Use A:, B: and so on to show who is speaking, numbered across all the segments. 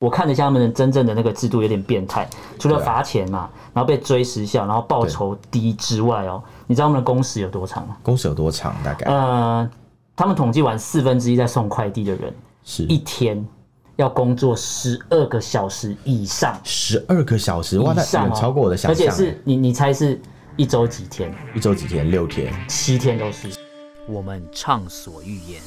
A: 我看了一下他们的真正的那个制度有点变态，除了
B: 对啊
A: 罚钱嘛，然后被追时效，然后报酬低之外哦，你知道他们的工时有多长吗？
B: 工时有多长？大概
A: 呃，他们统计完四分之一在送快递的人
B: 是
A: 一天要工作十二个小时以上，
B: 十二个小时，哇，
A: 以
B: 那
A: 上
B: 远
A: 哦
B: 超过我的想
A: 而且
B: 象。欸
A: 是你你猜是一周几天？
B: 一周几天？六天。
A: 七天都是。我们畅所欲言，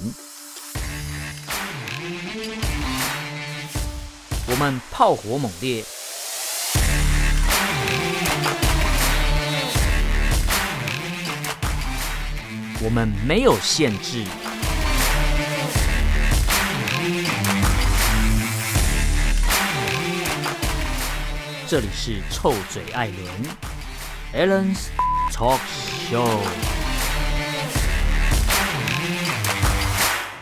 A: 我们炮火猛烈，我们没有限制。这里是臭嘴艾伦 a l l e n s Talk Show。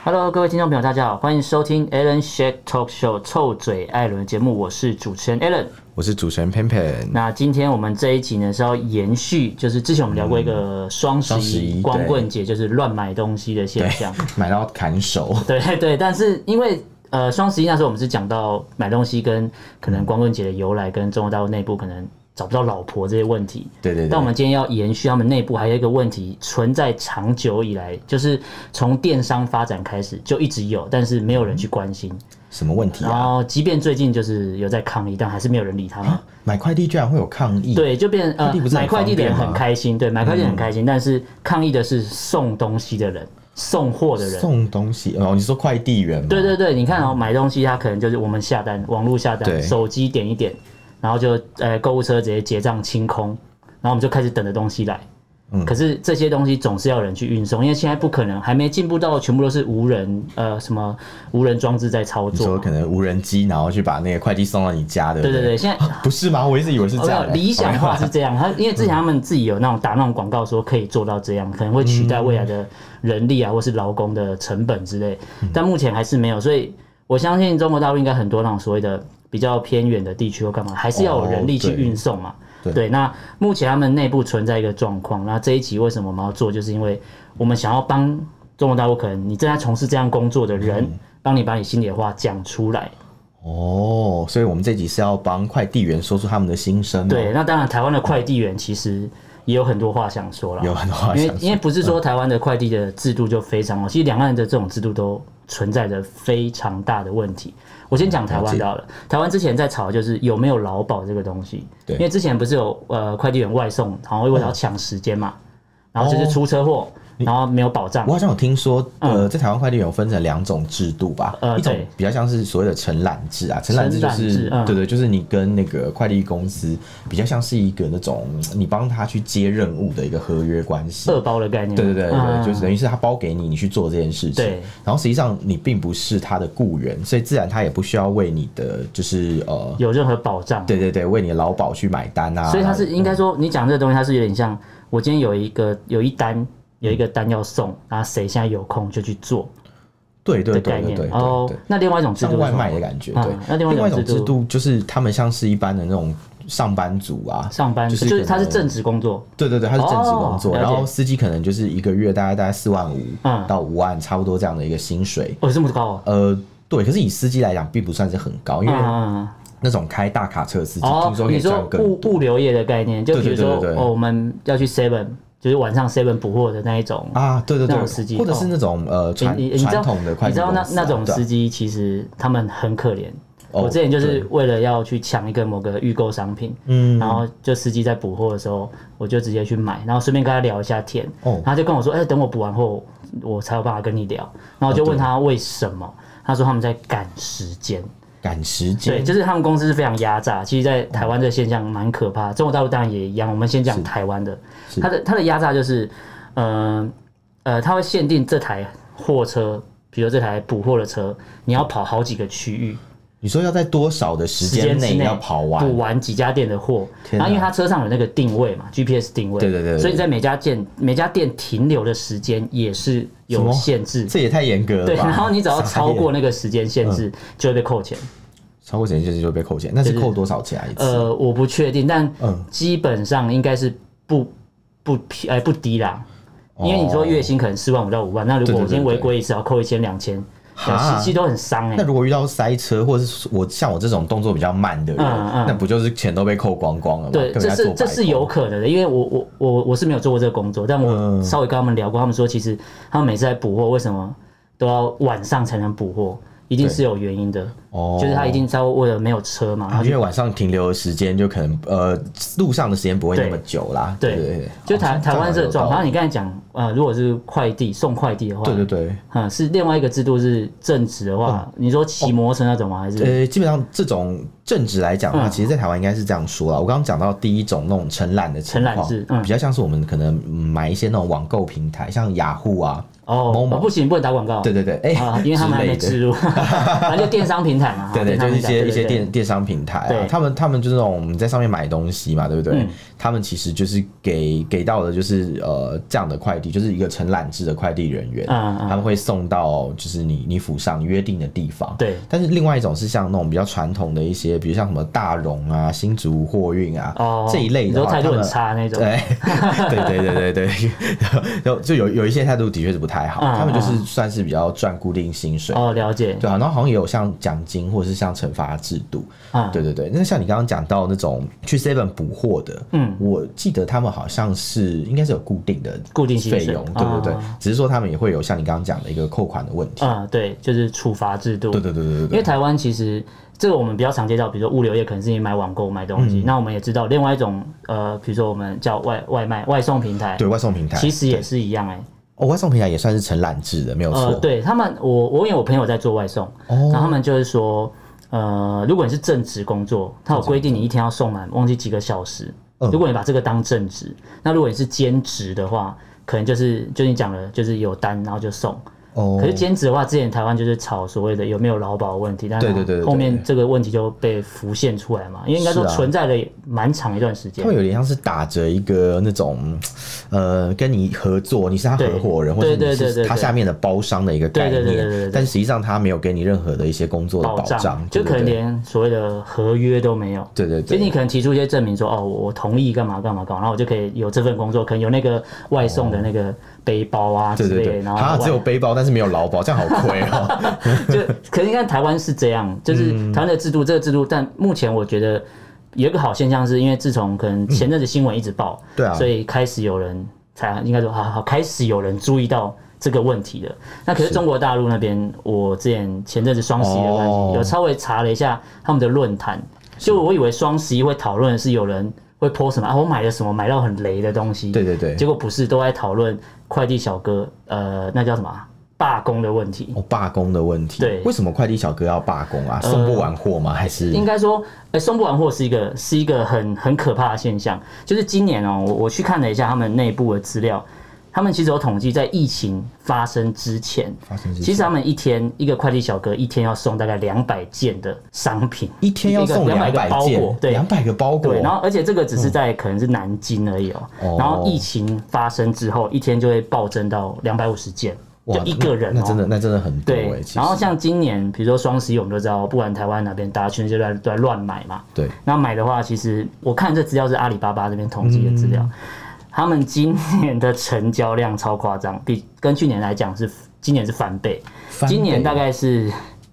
A: Hello，各位听众朋友，大家好，欢迎收听 Alan Shake Talk Show 臭嘴艾伦的节目，我是主持人 Alan。
B: 我是主持人 Pan Pan，
A: 那今天我们这一集呢是要延续，就是之前我们聊过一个双十
B: 双十
A: 一
B: 一
A: 光棍节，就是乱买东西的现象。
B: 买到 砍手，
A: 对对，但是因为呃双十一那时候我们是讲到买东西跟可能光棍节的由来，跟中国大陆内部可能找不到老婆这些问题。
B: 对对对。
A: 但我们今天要延续他们内部还有一个问题存在长久以来，就是从电商发展开始就一直有，但是没有人去关心。
B: 什么问题
A: 然
B: 啊？
A: 后即便最近就是有在抗议，但还是没有人理他们。
B: 买快递居然会有抗议？，
A: 哦对，就变呃
B: 快递啊不是很
A: 买快递的人
B: 方便嗯
A: 很
B: 吗
A: 开心，对，买快递很开心，但是抗议的是送东西的人、送货的人。
B: 送东西哦，你说快递员吗？
A: 对对对，你看哦，买东西他可能就是我们下单，网络下单，
B: 对
A: 手机点一点，然后就呃购物车直接结账清空，然后我们就开始等着东西来。
B: 嗯
A: 可是这些东西总是要有人去运送，因为现在不可能还没进步到全部都是无人呃什么无人装置在操
B: 你说
A: 作。
B: 可能无人机，然后去把那个快递送到你家，对不
A: 对对
B: 对
A: 对，现在。
B: 不是吗？我一直以为是
A: 哦
B: 这
A: 没有
B: 样。
A: 理想化是
B: 哎
A: 这样，他因为之前他们自己有那种打那种广告说可以做到这样，可能会取代未来的人力啊，或是劳工的成本之类，
B: 嗯
A: 但目前还是没有，所以我相信中国大陆应该很多那种所谓的比较偏远的地区或干嘛，还是要有人力去
B: 哦对
A: 运送嘛。
B: 对
A: 对，那目前他们内部存在一个状况，那这一集为什么我们要做，就是因为我们想要帮中国大陆，可能你正在从事这样工作的人，
B: 嗯
A: 帮你把你心里的话讲出来。
B: 哦，所以我们这集是要帮快递员说出他们的心声吗。哦
A: 对，那当然，台湾的快递员其实也有很多话想说了，
B: 有很多话
A: 因
B: 啊想嗯
A: 为因为不是说台湾的快递的制度就非常好，其实两岸的这种制度都存在着非常大的问题。我先讲台湾的好了，台湾之前在吵就是有没有劳保这个东西，
B: 对
A: 因为之前不是有呃快递员外送，然后为了要抢时间嘛，然后就是出车祸，然后没有保障
B: 哦我，好像有听说，呃，在台湾快递员有分成两种制度吧，
A: 嗯呃
B: 一种
A: 对
B: 比较像是所谓的承揽制啊，承揽制就
A: 承揽制
B: 是，
A: 嗯
B: 对对，就是你跟那个快递公司比较像是一个那种你帮他去接任务的一个合约关系。
A: 社包的概念，
B: 对对对对，
A: 嗯
B: 就是等于是他包给你，你去做这件事情
A: 对。
B: 然后实际上你并不是他的雇员，所以自然他也不需要为你的就是呃，
A: 有任何保障，
B: 对对对，为你的劳保去买单啊。
A: 所以它是应该说，你讲这个东西，它是有点像我今天有一个有一单有一个单要送，然后谁现在有空就去做
B: 对对
A: 的
B: 对
A: 概
B: 对对
A: 念
B: 对。。
A: 哦
B: 对，
A: 那另外一种制度
B: 像
A: 是
B: 外
A: 什么
B: 卖的感觉，
A: 啊
B: 对。
A: 那另外一种
B: 外一种
A: 制
B: 制
A: 度
B: 度就是他们像是一般的那种上班族啊，
A: 上班
B: 就是
A: 就是
B: 可
A: 他是
B: 能
A: 正职工作，
B: 对对对，他是正职工作，
A: 哦了解
B: 然后司机可能就是一个月大概大概四万五
A: 嗯
B: 到五万，差不多这样的一个薪水。
A: 哦，这么高哦，
B: 呃，对，可是以司机来讲，并不算是很高，因为
A: 嗯，
B: 那种开大卡车的司机，
A: 哦
B: 听说，可
A: 你
B: 以
A: 说
B: 赚更
A: 物
B: 多
A: 物流业的概念，就比如
B: 对对
A: 说
B: 对对对
A: 哦，我们要去 Seven，就是晚上 Seven 补货的那一种。
B: 啊，对对
A: 那
B: 对
A: 种司机，哦
B: 或者是那种呃传
A: 你你你知
B: 传
A: 道
B: 统的快
A: 你
B: 递
A: 知道
B: 公司
A: 那
B: 啊，
A: 那种
B: 对啊
A: 司机其实他们很可怜。
B: 哦
A: 我之前就是为了要去抢一个某个预购商品，
B: 嗯
A: 然后就司机在补货的时候，我就直接去买，然后顺便跟他聊一下天，
B: 哦
A: 然后他就跟我说，哎、等我补完货，我才有办法跟你聊。然后我就问他为什么，他说他们在赶时间，
B: 赶时
A: 对，
B: 间，
A: 就是他们公司是非常压榨，其实，在台湾这个现象蛮可
B: 哦
A: 怕，中国大陆当然也一样。我们先讲台湾的，它的它的压榨就是，呃呃，它会限定这台货车，比如这台补货的车，你要跑好几个区域，
B: 你说要在多少的时
A: 时间
B: 间
A: 之
B: 内
A: 内
B: 哦要跑完？
A: 补完几家店的货。
B: 天
A: 然
B: 哪
A: 后因为它车上有那个定位嘛，GPS 定位，
B: 对对对对
A: 所以你在每家店每家店停留的时间也是
B: 什
A: 有
B: 么
A: 限制。
B: 这也太严格了吧？
A: 对，然后你只要
B: 傻眼
A: 超
B: 嗯
A: 过那个时间限制，就会被扣钱。
B: 超过时间就是就被扣钱，那是扣多少钱啊？一次？
A: 呃，我不确定，但
B: 嗯
A: 基本上应该是不不哎、哦不低啦。因为你说月薪可能四万五到五万，那如
B: 对
A: 果
B: 哦对
A: 我今天
B: 对
A: 违
B: 对
A: 规一次要扣一千两千，对
B: 啊
A: 其其实都很伤哎、
B: 那如果遇到塞车，或者是我像我这种动作比较慢的人，
A: 嗯嗯
B: 那不就是钱都被扣光光了吗？
A: 对，
B: 根本
A: 这
B: 在
A: 是
B: 做
A: 这
B: 白
A: 是
B: 工
A: 有可能的，因为我我我我是没有做过这个工作，但我
B: 嗯
A: 稍微跟他们聊过，他们说其实他们每次在补货，为什么都要晚上才能补货，一定
B: 对
A: 是有原因的，
B: 哦，
A: 就是他一定稍微为了没有车嘛，然后
B: 因
A: 就
B: 为晚上停留的时间就可能呃路上的时间不会那么久啦，
A: 对
B: 对哦对，
A: 就台
B: 好像
A: 台湾这个状况，然
B: 好
A: 后
B: 像
A: 你刚才讲呃，如果是快递送快递的话，
B: 有道理对对对。
A: 嗯，是另外一个制度是正职的话，
B: 哦
A: 你说骑摩托车那种吗？还是
B: 呃，基本上这种正职来讲的话，
A: 嗯
B: 其实，在台湾应该是这样说啦。我刚刚讲到第一种那种承揽的情
A: 承揽
B: 况
A: 制，嗯
B: 比较像是我们可能嗯买一些那种网购平台，像雅虎啊，
A: 哦
B: 某
A: 哦
B: 某
A: 不行，不能打广告，
B: 对对对，哎、
A: 啊，因为他们还没
B: 之类的
A: 植入， 反正就电商平台嘛，
B: 对对，
A: 啊电商
B: 就是一
A: 平台
B: 些一些。
A: 对对
B: 电电商平台啊
A: 对，
B: 他们他们就是那种你在上面买东西嘛，对不对
A: 嗯？
B: 他们其实就是给给到的就是呃这样的快递，就是一个承揽制的快递人员，
A: 嗯嗯
B: 他们会送到就是你你府上约定的地方。
A: 对
B: 但是另外一种是像那种比较传统的一些，比如像什么大荣啊、新竹货运啊、
A: 哦，
B: 这一类
A: 你
B: 的
A: 说
B: 话，
A: 态
B: 他
A: 度很
B: 们
A: 差那种，
B: 对， 对对对对对， 就就有有一些态度的确是不太好，
A: 嗯
B: 他们就是
A: 嗯
B: 算是比较赚固定薪水。
A: 哦，了解，
B: 对啊，然后好像也有像奖金或者是像惩罚制度，
A: 啊，
B: 对对对。那像你刚刚讲到那种去 Seven 补货的，
A: 嗯，
B: 我记得他们好像是应该是有固定的
A: 固定薪
B: 费
A: 水
B: 用，对对对
A: 啊，
B: 只是说他们也会有像你刚刚讲的一个扣款的问题，
A: 嗯，对，就是处罚制度，
B: 对对对对
A: 因为
B: 对对，
A: 台湾其实这个我们比较常接到，比如说物流业可能是你买网购买东
B: 嗯
A: 西，那我们也知道另外一种呃，比如说我们叫外外卖外送平台，
B: 对外送平台
A: 其实也是一样哎、
B: 哦，外送平台也算是承揽制的，没有
A: 呃
B: 错，，
A: 对他们，我我因为我朋友在做外送，然后他
B: 哦，
A: 们就是说，呃，如果你是正职工作，他有规定你一天要送满，忘记几个小时。
B: 嗯
A: 如果你把这个当正职，那如果你是兼职的话，可能就是就你讲了，就是有单然后就送。
B: 哦
A: 可是兼职的话，之前台湾就是吵所谓的有没有劳保问题，但
B: 对对对对
A: 是
B: 对
A: 后面这个问题就被浮现出来嘛，因为应该说
B: 是啊
A: 存在了蛮长一段时间
B: 他。们有点像是打着一个那种，呃，跟你合作，你是他合伙人，或
A: 对
B: 者
A: 对
B: 你
A: 对对
B: 是
A: 对
B: 他下面的包商的一个概
A: 对对对对对
B: 念
A: 对，
B: 但实际上他没有给你任何的一些工作的保障，
A: 就
B: 对
A: 可能
B: 对对
A: 连所谓的合约都没有。
B: 对对
A: 就
B: 对，
A: 你可能提出一些证明说，哦，我我同意干嘛干嘛干嘛，然后我就可以有这份工作，可能有那个外送的那个背包啊之
B: 对对
A: 类的，
B: 对，
A: 然
B: 他
A: 后
B: 只有背包，但是没有劳保，这样好亏 哦。
A: 就可是你看台湾是这样，就是
B: 嗯
A: 台湾的制度，这个制度，但目前我觉得有一个好现象，是因为自从可能前阵子新闻一直报，
B: 对啊
A: 所以开始有人才啊应该说，好好开始有人注意到。这个问题了。那可是中国大陆那边，我之前前阵子双十一的关系，
B: 哦
A: 有稍微查了一下他们的论坛，就我以为双十一会讨论的是有人会 po 什么啊，我买了什么，买到很雷的东西，
B: 对对对
A: 结，果不是，都在讨论快递小哥，呃，那叫什么啊罢工的问题。
B: 哦，罢工的问题，
A: 对呃
B: 为什么快递小哥要罢工啊？送不完货吗？还是
A: 应该说，哎、送不完货是一个是一个很很可怕的现象。就是今年哦、我我去看了一下他们内部的资料，他们其实有统计，在疫情发生之前，
B: 发生这
A: 其
B: 些？
A: 实他们一天一个快递小哥一天要送大概两百件的商品，
B: 一天要送
A: 两
B: 两
A: 个
B: 百
A: 包裹
B: 件，，
A: 对
B: 两。百个包裹
A: 对，，然后而且这个只是在可能是南京而已哦、
B: 嗯哦
A: 然后疫情发生之后，一天就会暴增到两百五十件，就一个人、哦
B: 那那真的那真的很多哎
A: 对。，
B: 其实
A: 然后像今年，比如说双十一，我们都知道，不管台湾哪边，大家全世界都在都在乱买嘛。
B: 对
A: 那买的话，其实我看这资料是阿里巴巴这边统计的资料，他们今年的成交量超夸张，比跟去年来讲是今年是翻倍，
B: 翻倍
A: 今年大概是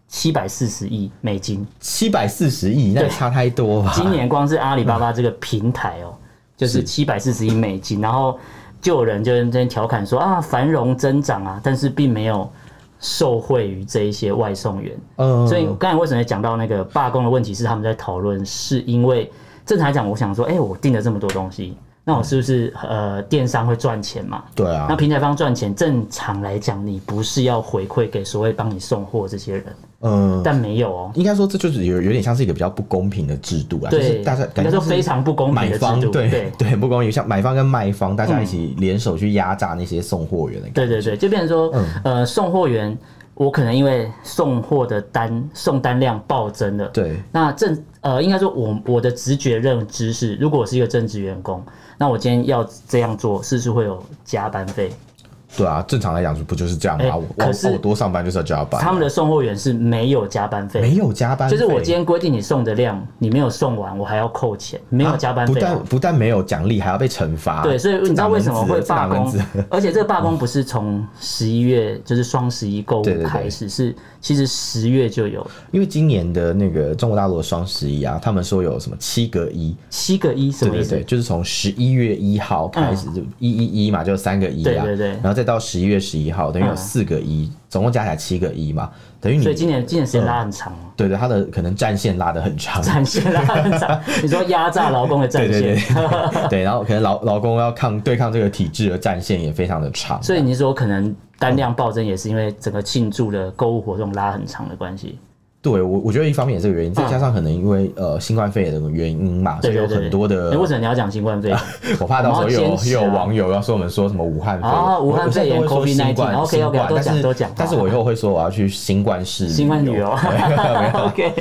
A: 七百四十亿美金，
B: 七百四十亿，那也
A: 对
B: 差太多吧？
A: 今年光是阿里巴巴这个平台哦，就是七百四十亿美金，然后就有人就在那边调侃说啊繁荣增长啊，但是并没有受惠于这一些外送员。
B: 嗯，
A: 所以刚才为什么讲到那个罢工的问题是他们在讨论，是因为正常来讲，我想说，哎、我订了这么多东西，那我是不是呃电商会赚钱嘛？
B: 对啊
A: 那，平台方赚钱，正常来讲，你不是要回馈给所谓帮你送货这些人，
B: 嗯。
A: 但没有哦。
B: 应该说，这就是有有点像是一个比较不公平的制度啊啦，就
A: 对，
B: 是大家
A: 应该
B: 感觉
A: 说
B: 就是
A: 非常不公平
B: 买
A: 的
B: 方
A: 制度，
B: 对
A: 对
B: 对不公平，像买方跟卖方大家
A: 嗯
B: 一起联手去压榨那些送货员的感觉。
A: 对对对，就变成说，
B: 嗯
A: 呃，送货员，我可能因为送货的单送单量暴增了，
B: 对
A: 那正呃，应该说我我的直觉认知是，如果我是一个正职员工，那我今天要这样做，是不是会有加班费？
B: 对啊，正常来讲不就是这样吗？
A: 哎
B: 我哦
A: 可
B: 我
A: 是
B: 我多上班就是要加班啊，
A: 他们的送货员是没有加班费，
B: 没有加班费，
A: 就是我今天规定你送的量，你没有送完，我还要扣钱，没有加班
B: 不
A: 费啊、
B: 但不但没有奖励，还要被惩罚。
A: 对，所以你知道为什么会
B: 这
A: 罢
B: 哪门
A: 工
B: 子？
A: 而且这个罢工不是从十一月，就是双十一购
B: 对对
A: 物
B: 对
A: 开始，是其实十月就有
B: 因为今年的那个中国大陆的双十一啊，他们说有什么七个一，
A: 七个一，什
B: 对
A: 么意
B: 对
A: 思？嗯
B: 对，就是从十一月一号开始，就一一一嘛，就三个一啊，
A: 对对对
B: 然后再到十一月十一号，等于有
A: 嗯
B: 四个一，总共加起来七个一嘛，等于你
A: 所以今年今年时间拉很长哦，
B: 对对，它的可能战线拉得很长，
A: 战线拉很 长。你说压榨劳工的战
B: 嗯对对
A: 线，
B: 对对，然后可能劳劳工要抗对抗这个体制的战线也非常的长，
A: 所以你说可能单量暴增也是因为整个庆祝的购物活动拉很长的关系。
B: 对我我觉得一方面也是这个原因，再加上可能因为呃新冠肺炎的原因嘛，
A: 嗯
B: 所
A: 对
B: 以有
A: 对对，
B: 很多的
A: 哎为什么你要讲新冠肺炎？
B: 我怕到时候
A: 我们要
B: 有
A: 坚持啊
B: 有网友要说我们说什么武汉肺炎，
A: 哦武汉肺炎
B: 我我现在都会
A: COVID-19
B: 说新
A: OK，OK，
B: 冠
A: 多讲
B: 但是
A: 多讲
B: 但是我以后会说我要去新冠市
A: 新冠旅游 ，OK，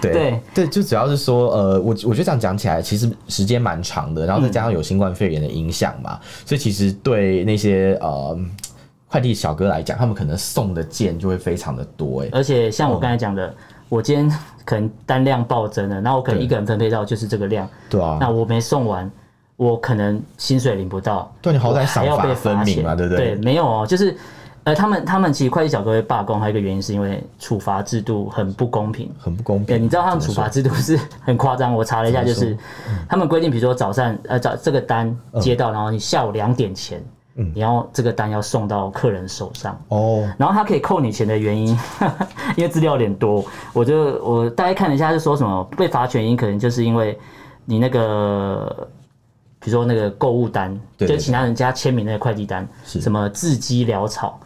B: 对
A: 对
B: 对，就主要是说，呃，我我觉得这样讲起来，其实时间蛮长的，
A: 嗯
B: 然后再加上有新冠肺炎的影响嘛，所以其实对那些呃快递小哥来讲，他们可能送的件就会非常的多、哎，
A: 而且像我刚才讲的，我今天可能单量暴增了，那我可能
B: 对
A: 一个人分配到就是这个量，
B: 对啊，
A: 那我没送完，我可能薪水领不到，
B: 对你好歹
A: 还
B: 赏
A: 要
B: 罚
A: 被
B: 分
A: 罚
B: 明
A: 钱
B: 嘛，对不
A: 对，
B: 对？
A: 没有哦，就是。呃，他们他们其实会计小哥会罢工，还有一个原因是因为处罚制度很不公平。
B: 很不公
A: 对，
B: 平，
A: 你知道他们
B: 怎
A: 处
B: 么说
A: 罚制度是很夸张，我查了一下，就是
B: 嗯
A: 他们规定，比如说早上呃早这个单接到，然后你下午两点前，
B: 嗯
A: 你要这个单要送到客人手上。
B: 哦，
A: 然后他可以扣你钱的原因， 因为资料有点多，我就我大概看了一下，就说什么被罚钱原因可能就是因为你那个，比如说那个购物单，
B: 对对
A: 就请他人家签名那个快递单，什么字迹潦草，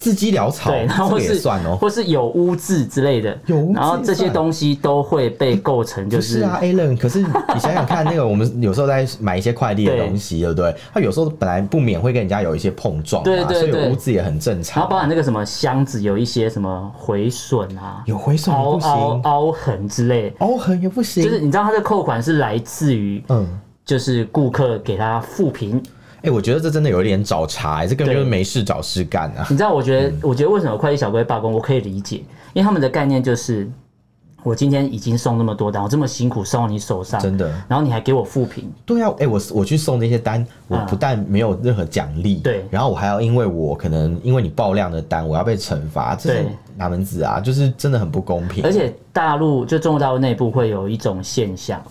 B: 自鸡潦草，
A: 对，然后
B: 这
A: 或
B: 个也
A: 是
B: 算哦。
A: 或是有污渍之类的，
B: 有污渍
A: 然后这些
B: 算
A: 东西都会被构成就
B: 不
A: 是
B: 是啊，Alan。可是你想想看， 那个我们有时候在买一些快递的
A: 对
B: 东西，对不对？它有时候本来不免会跟人家有一些碰撞嘛，
A: 对对
B: 所以
A: 对
B: 有污渍也很正
A: 然后
B: 常。
A: 包含那个什么箱子有一些什么毁损啊、
B: 有回送也
A: 凹
B: 不
A: 凹
B: 行，
A: 凹痕之类的，
B: 凹痕也不行。
A: 就是你知道它的扣款是来自于
B: 嗯，
A: 就是顾客给他复评。
B: 哎、我觉得这真的有一点找茬、哎这根本
A: 对
B: 就是没事找事干啊。
A: 你知道，我觉得，我觉得为什么快递小哥会罢工，我可以理解，因为他们的概念就是，我今天已经送那么多单，我这么辛苦送到你手上，
B: 真的
A: 然后你还给我复评，
B: 对啊，哎、我我去送那些单，我不但没有任何奖励，
A: 啊对
B: 然后我还要因为我可能因为你爆量的单，我要被惩罚，这是
A: 对
B: 哪门子啊？就是真的很不公平。
A: 而且大陆就中国大陆内部会有一种现象，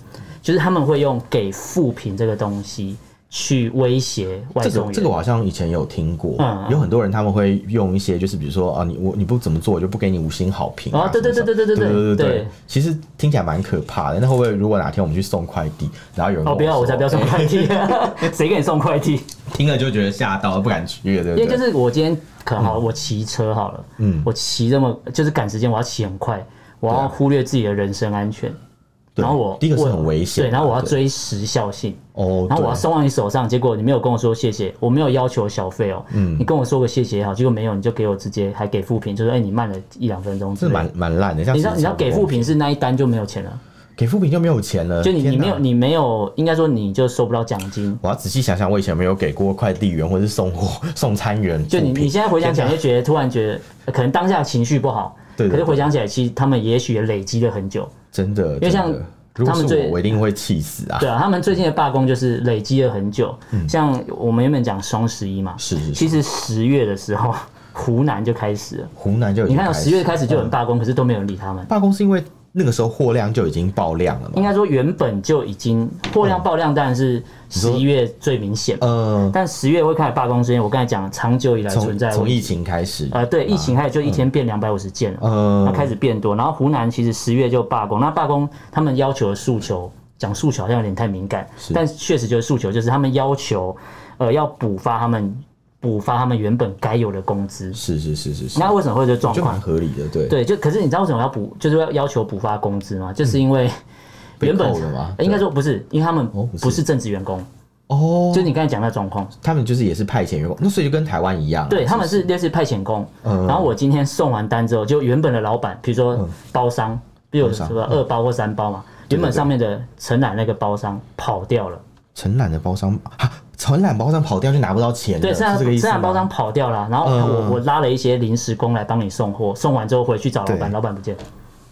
A: 就是他们会用给复评这个东西去威胁外
B: 这
A: 送
B: 个
A: 员。
B: 这个我好像以前有听过，
A: 嗯
B: 有很多人他们会用一些，就是比如说啊，你我你不怎么做，我就不给你五星好评啊、
A: 哦对对
B: 什么什么
A: 对对对
B: 对
A: 对
B: 对
A: 对
B: 其实听起来蛮可怕的。那会不会如果哪天我们去送快递，然后有人跟
A: 哦，不要，
B: 说
A: 我才不要送快递， 谁给你送快递？
B: 听了就觉得吓到，不敢去了，对不
A: 因
B: 对？嗯
A: 为就是我今天可能好了，我骑车好了，嗯，我骑这么就是赶时间，我要骑很快，我
B: 对
A: 要
B: 啊
A: 忽略自己的人身安全，
B: 对
A: 然后我
B: 第一个是
A: 我
B: 很危险
A: 对，然后我要
B: 对
A: 追时效性，
B: 哦，
A: 然后我要
B: 对
A: 送到你手上，结果你没有跟我说谢谢，我没有要求小费哦，
B: 嗯
A: 你跟我说个谢谢也好，结果没有，你就给我直接还给负评，就说哎你慢了一两分钟之
B: 这
A: 类的，
B: 蛮蛮烂的，像
A: 你知道你知道给负
B: 付
A: 评是那一单就没有钱了，
B: 给付评就没有钱了，
A: 就你
B: 天
A: 你
B: 哪
A: 没有。你没有，应该说你就收不到奖金。
B: 我要仔细想想，我以前有没有给过快递员或是送货 送餐员
A: 就你
B: 付评
A: 你现在回想起来，就觉得突然觉得呃可能当下情绪不好，
B: 对对
A: 可是
B: 对
A: 回想起来，其实他们也许也累积了很久。
B: 真的，因
A: 为像
B: 如
A: 他
B: 果
A: 们
B: 是我，
A: 最
B: 我一定会气死啊！
A: 对啊，他们最近的罢工就是累积了很久。像我们原本讲双十一嘛，
B: 嗯是是是
A: 其实十月的时候，湖南就开始了。
B: 湖南就已
A: 你
B: 经
A: 看到
B: 始嗯
A: 十月开始就有人罢工，可是都没有人理他们。
B: 罢工是因为那个时候货量就已经爆量了
A: 应
B: 嘛？
A: 该说原本就已经货
B: 嗯
A: 量爆量，当然是十一月最明显嘛。
B: 呃，
A: 但十月会开始罢工，是因为我刚才讲长久以来存
B: 从
A: 在的
B: 从
A: 问题
B: 疫情开始，
A: 呃，对，疫情还有就一天变两百五十件了，
B: 嗯
A: 它开始变多。然后湖南其实十月就罢工，那罢工他们要求的诉求，讲诉求好像有点太敏感，但确实就是诉求，就是他们要求，呃，要补发他们补发他们原本该有的工资。
B: 是是是是是，
A: 那为什么会有这状
B: 就蛮
A: 况？
B: 合理的，对，
A: 对，就可是你知道为什么要补，就是要要求补发工资吗？就是因为
B: 被
A: 原本
B: 扣了吗
A: 呃应该说不是，因为他们
B: 嗯哦不是
A: 不是正职员工，
B: 哦
A: 就，是你刚才讲那状况，
B: 他们就是也是派遣员工，那所以就跟台湾一样啊，
A: 对，他们是类似派遣工。
B: 嗯
A: 然后我今天送完单之后，就原本的老板，比如说包商，比如
B: 包商嗯
A: 什么二包或三包嘛，原本上面的承揽那个包商跑掉了，
B: 承揽的包商啊，从懒包商跑掉就拿不到钱了，
A: 对，
B: 是
A: 虽然
B: 这个意思
A: 虽然包商
B: 吗？
A: 跑掉了，然后我、
B: 嗯
A: 我拉了一些临时工来帮你送货，送完之后回去找老
B: 对
A: 板，老板不见，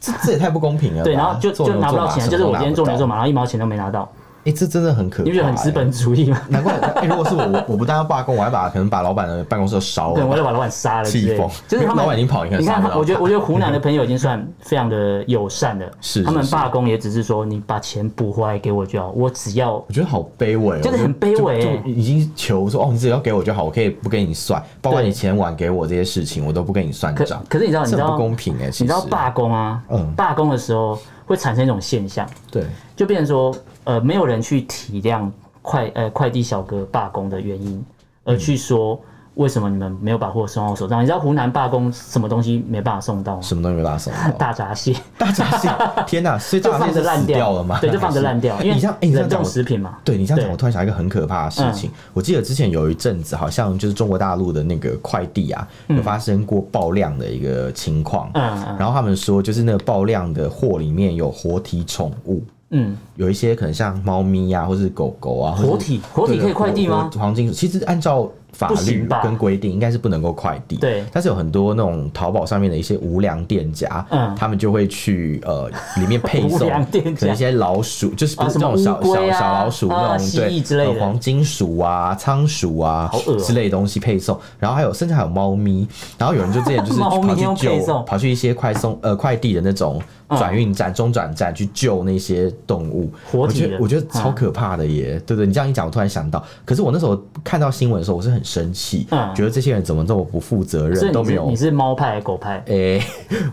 B: 这这也太不公平了吧。
A: 对，然后就
B: 做
A: 就
B: 牛
A: 拿不
B: 做
A: 到
B: 马
A: 钱，
B: 什
A: 就是
B: 么都
A: 我今天
B: 拿
A: 做
B: 不
A: 牛
B: 到
A: 做马，然后一毛钱都没拿到，
B: 哎、这真的很可怕、
A: 你不觉得很资本主义吗？
B: 难怪，哎、如果是我，我我不但要罢工，我还把可能把老板的办公室都烧
A: 可能我
B: 了。
A: 就把老板杀了之类
B: 气
A: 的
B: 疯，
A: 就是他们
B: 老板已经跑你看
A: 你看
B: 杀不
A: 他，
B: 到
A: 我觉得我觉得湖南的朋友已经算非常的友善了，
B: 是
A: 他们
B: 是是
A: 罢工也只是说你把钱补回来给我就好，我只要
B: 我觉得好卑微、哦，
A: 真的很卑微
B: 就就就已经求说哦，你只要给我就好，我可以不跟你算，包括
A: 对
B: 你钱晚给我这些事情，我都不跟你算
A: 可
B: 账。
A: 可是你知道你知
B: 这很
A: 道
B: 不公平哎、其实
A: 你知道罢工啊
B: 嗯，
A: 罢工的时候会产生一种现象，
B: 对
A: 就变成说，呃，没有人去体谅快呃快递小哥罢工的原因，
B: 嗯
A: 而去说为什么你们没有把货送到我手上？你知道湖南罢工什么东西没办法送到吗？
B: 什么东西拉手？
A: 大闸蟹
B: 大闸蟹，天哪！所以
A: 就
B: 大闸
A: 放
B: 蟹
A: 着
B: 是
A: 烂
B: 死掉了吗？
A: 对，就放着烂掉，因为
B: 你像哎，你这
A: 冷
B: 样讲
A: 冻
B: 我
A: 食品嘛。
B: 对你这样讲，
A: 对嗯
B: 我突然想到一个很可怕的事情。我记得之前有一阵子，好像就是中国大陆的那个快递啊，有发生过爆量的一个情况。
A: 嗯嗯
B: 然后他们说，就是那个爆量的货里面有活体宠物，
A: 嗯，
B: 有一些可能像猫咪啊，或是狗狗啊。
A: 活体
B: 或是
A: 活体可以快递吗
B: 对活黄金其实按照法
A: 不
B: 律
A: 行吧
B: 跟规定，应该是不能够快递。
A: 对
B: 但是有很多那种淘宝上面的一些无良店家，
A: 嗯
B: 他们就会去呃里面配
A: 无
B: 送
A: 良店家
B: 可能一些老鼠，就是不
A: 啊
B: 是
A: 什
B: 那
A: 么
B: 种小、
A: 乌
B: 小
A: 龟啊
B: 小老鼠、
A: 啊
B: 那种
A: 蜥
B: 对
A: 蜴之类的
B: 呃黄金鼠啊、仓鼠啊、
A: 好恶哦
B: 之类的东西配送，然后还有甚至还有猫咪，然后有人就之前就是
A: 猫咪
B: 跑去
A: 用配
B: 救
A: 送
B: 跑去一些快送呃快递的那种
A: 嗯
B: 转运站、中转站去救那些动物，
A: 活
B: 我
A: 体
B: 觉
A: 的
B: 得我觉得超
A: 嗯
B: 可怕的耶，对不对？你这样一讲，我突然想到，可是我那时候看到新闻的时候，我是很生气，
A: 嗯
B: 觉得这些人怎么这么不负责
A: 所以
B: 任，都
A: 你
B: 没
A: 是
B: 有哎
A: 你。是猫派还是狗派
B: 诶、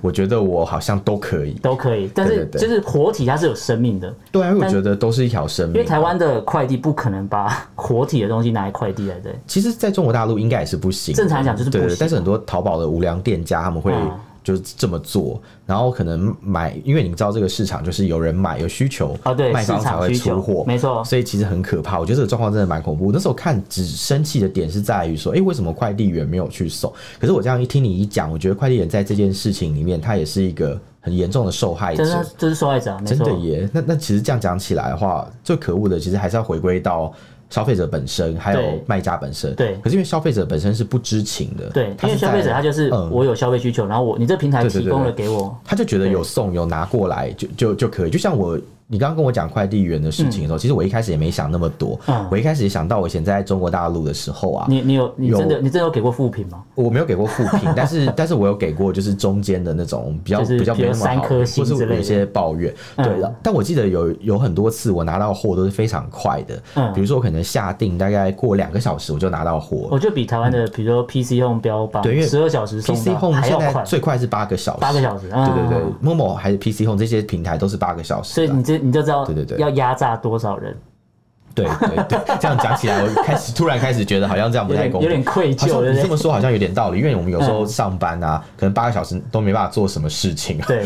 B: 我觉得我好像都可以。
A: 都可以，但是
B: 对对
A: 就是活体它是有生命的，
B: 对啊，因为我觉得都是一条生
A: 因
B: 命
A: 为。台湾的快递不可能把 活体的东西拿来快递来的，
B: 其实，在中国大陆应该也是不行的。
A: 正常来讲就是不行
B: 对对，但是很多淘宝的无良店家他们会
A: 嗯
B: 就是这么做，然后可能买，因为你知道这个市场就是有人买有需求
A: 啊对
B: 卖方
A: 市
B: 才
A: 场
B: 会
A: 需
B: 出
A: 求
B: 货，
A: 没错
B: 所以其实很可怕。我觉得这个状况真的蛮恐怖。那时候看只生气的点是在于说，哎、为什么快递员没有去送？可是我这样一听你一讲，我觉得快递员在这件事情里面，他也是一个很严重的受害
A: 真
B: 者
A: 的。就是受害者啊，没
B: 真
A: 错
B: 的。耶，那那其实这样讲起来的话，最可恶的其实还是要回归到消费者本身，还有
A: 对
B: 卖家本身。
A: 对
B: 可是因为消费者本身是不知情的，
A: 对，因为
B: 是
A: 消
B: 在
A: 费者他就是
B: 嗯
A: 我有消费需求，然后我你这平台
B: 对对对
A: 提供了
B: 对
A: 给我，
B: 他就觉
A: 嗯
B: 得有送有拿过来就就就可以。就像我，你刚刚跟我讲快递员的事情的时候，其实我一开始也没想那么多，
A: 嗯
B: 我一开始也想到我以前在中国大陆的时候啊，
A: 你你有你
B: 有
A: 真的你真的有给过负评吗？
B: 我没有给过负 评，但是但是我有给过就是中间的那种比较
A: 就是
B: 比较没那么
A: 比如
B: 好，
A: 三颗星
B: 或是
A: 之类的
B: 有一些抱怨。对
A: 嗯
B: 的，但我记得有有很多次我拿到货都是非常快的，
A: 嗯
B: 比如说我可能下定大概过两个小时我就拿到货
A: 我。觉得比台湾的比如说 PC Home 标榜
B: 嗯对因为
A: 十二小时送
B: PC
A: 达
B: Home
A: 还
B: 现
A: 要
B: 在
A: 快，
B: 最快是八个小时，
A: 八个小时
B: 对对对
A: 嗯
B: ，Momo 还是 PC Home 这些平台都是八个小时
A: 所
B: 啊，
A: 以你这你就知道
B: 对对对
A: 要压榨多少人，
B: 对对 对，这样讲起来，我开始突然开始觉得好像这样不
A: 有
B: 太
A: 点
B: 公
A: 有
B: 平
A: 点。愧
B: 好
A: 疚，
B: 像
A: 对
B: 你这
A: 不
B: 么
A: 对？
B: 说好像有点道理，因为我们有时候
A: 嗯
B: 上班啊，可能八个小时都没办法做什么事情 啊。
A: 对，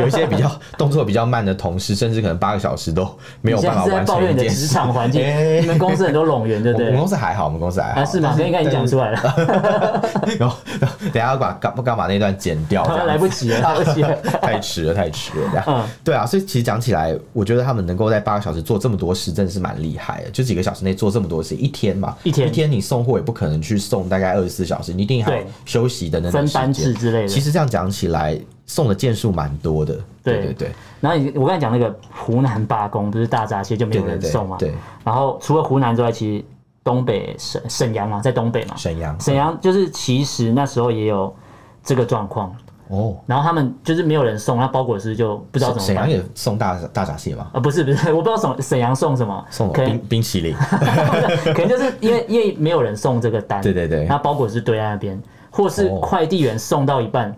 B: 有一些比较动作比较慢的同事，甚至可能八个小时都没有
A: 你现
B: 办
A: 在
B: 法
A: 是在
B: 完
A: 抱
B: 成
A: 怨
B: 一
A: 你的
B: 件
A: 职
B: 事。
A: 场环境
B: 哎，
A: 你们公司很多冗员，对
B: 我
A: 不
B: 我们
A: 对
B: 公？司还好，我们公司还好，
A: 啊，是吗？
B: 但
A: 刚刚已经讲出来 了，
B: 然后然后等一下要把干干嘛那段剪掉，这样
A: 来不及了，来不及了。
B: 太迟了，太迟了。这样
A: 嗯
B: 对啊，所以其实讲起来，我觉得他们能够在八个小时做这么多事，真的是蛮厉害的。就几个小时内做这么多事，一天嘛，
A: 一天
B: 一天你送货也不可能去送大概二十四小时，你一定还有
A: 对
B: 休息的那种
A: 分班
B: 时间
A: 制之类的
B: 其实这样讲起来，送的件数蛮多的。对
A: 对
B: 对对，
A: 然后你我刚才讲那个湖南罢工，不是大闸蟹就没有人送嘛？
B: 对对对对
A: 然后除了湖南之外，其实东北沈沈阳嘛，在东北嘛，
B: 沈阳
A: 沈阳就是其实那时候也有这个状况，
B: 哦，
A: 然后他们就是没有人送，那包裹是就不知道
B: 沈
A: 怎么
B: 沈阳
A: 办。
B: 也送大大闸蟹嘛，
A: 啊，不是不是， 我不知道沈沈阳送什么，
B: 送
A: 可能
B: 冰冰淇淋，
A: 可能就是因为因为没有人送这个单，
B: 对对对
A: 那包裹是堆在那边，或是
B: 哦
A: 快递员送到一半，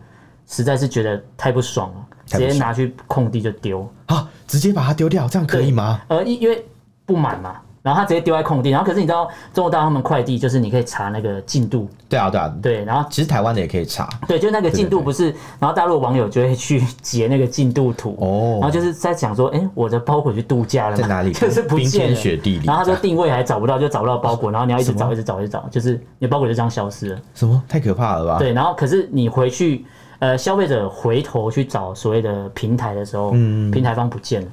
A: 实在是觉得太不爽了，
B: 太
A: 直
B: 不
A: 接
B: 爽
A: 拿去空地就丢，
B: 啊，直接把它丢掉，这样可以吗？
A: 呃，因因为不满嘛，然后他直接丢在空地，然后可是你知道中国大陆他们快递就是你可以查那个进度，
B: 对啊，对啊，
A: 对，然后
B: 其实台湾的也可以查
A: 对，就那个进
B: 对对
A: 度
B: 对
A: 不是，然后大陆网友就会去截那个进度图，
B: 哦
A: 然后就是在想说，哎、我的包裹去度假了嘛，
B: 在哪里
A: 就是不
B: 冰
A: 见
B: 天
A: 了，
B: 雪地里
A: 然后他说定位还找不到，就找不到包裹，然后你要一直
B: 什么
A: 找，一直找，一直找，就是你的包裹就这样消失了，
B: 什么？太可怕了吧？
A: 对，然后可是你回去。呃，消费者回头去找所谓的平台的时候，嗯、平台方不见了，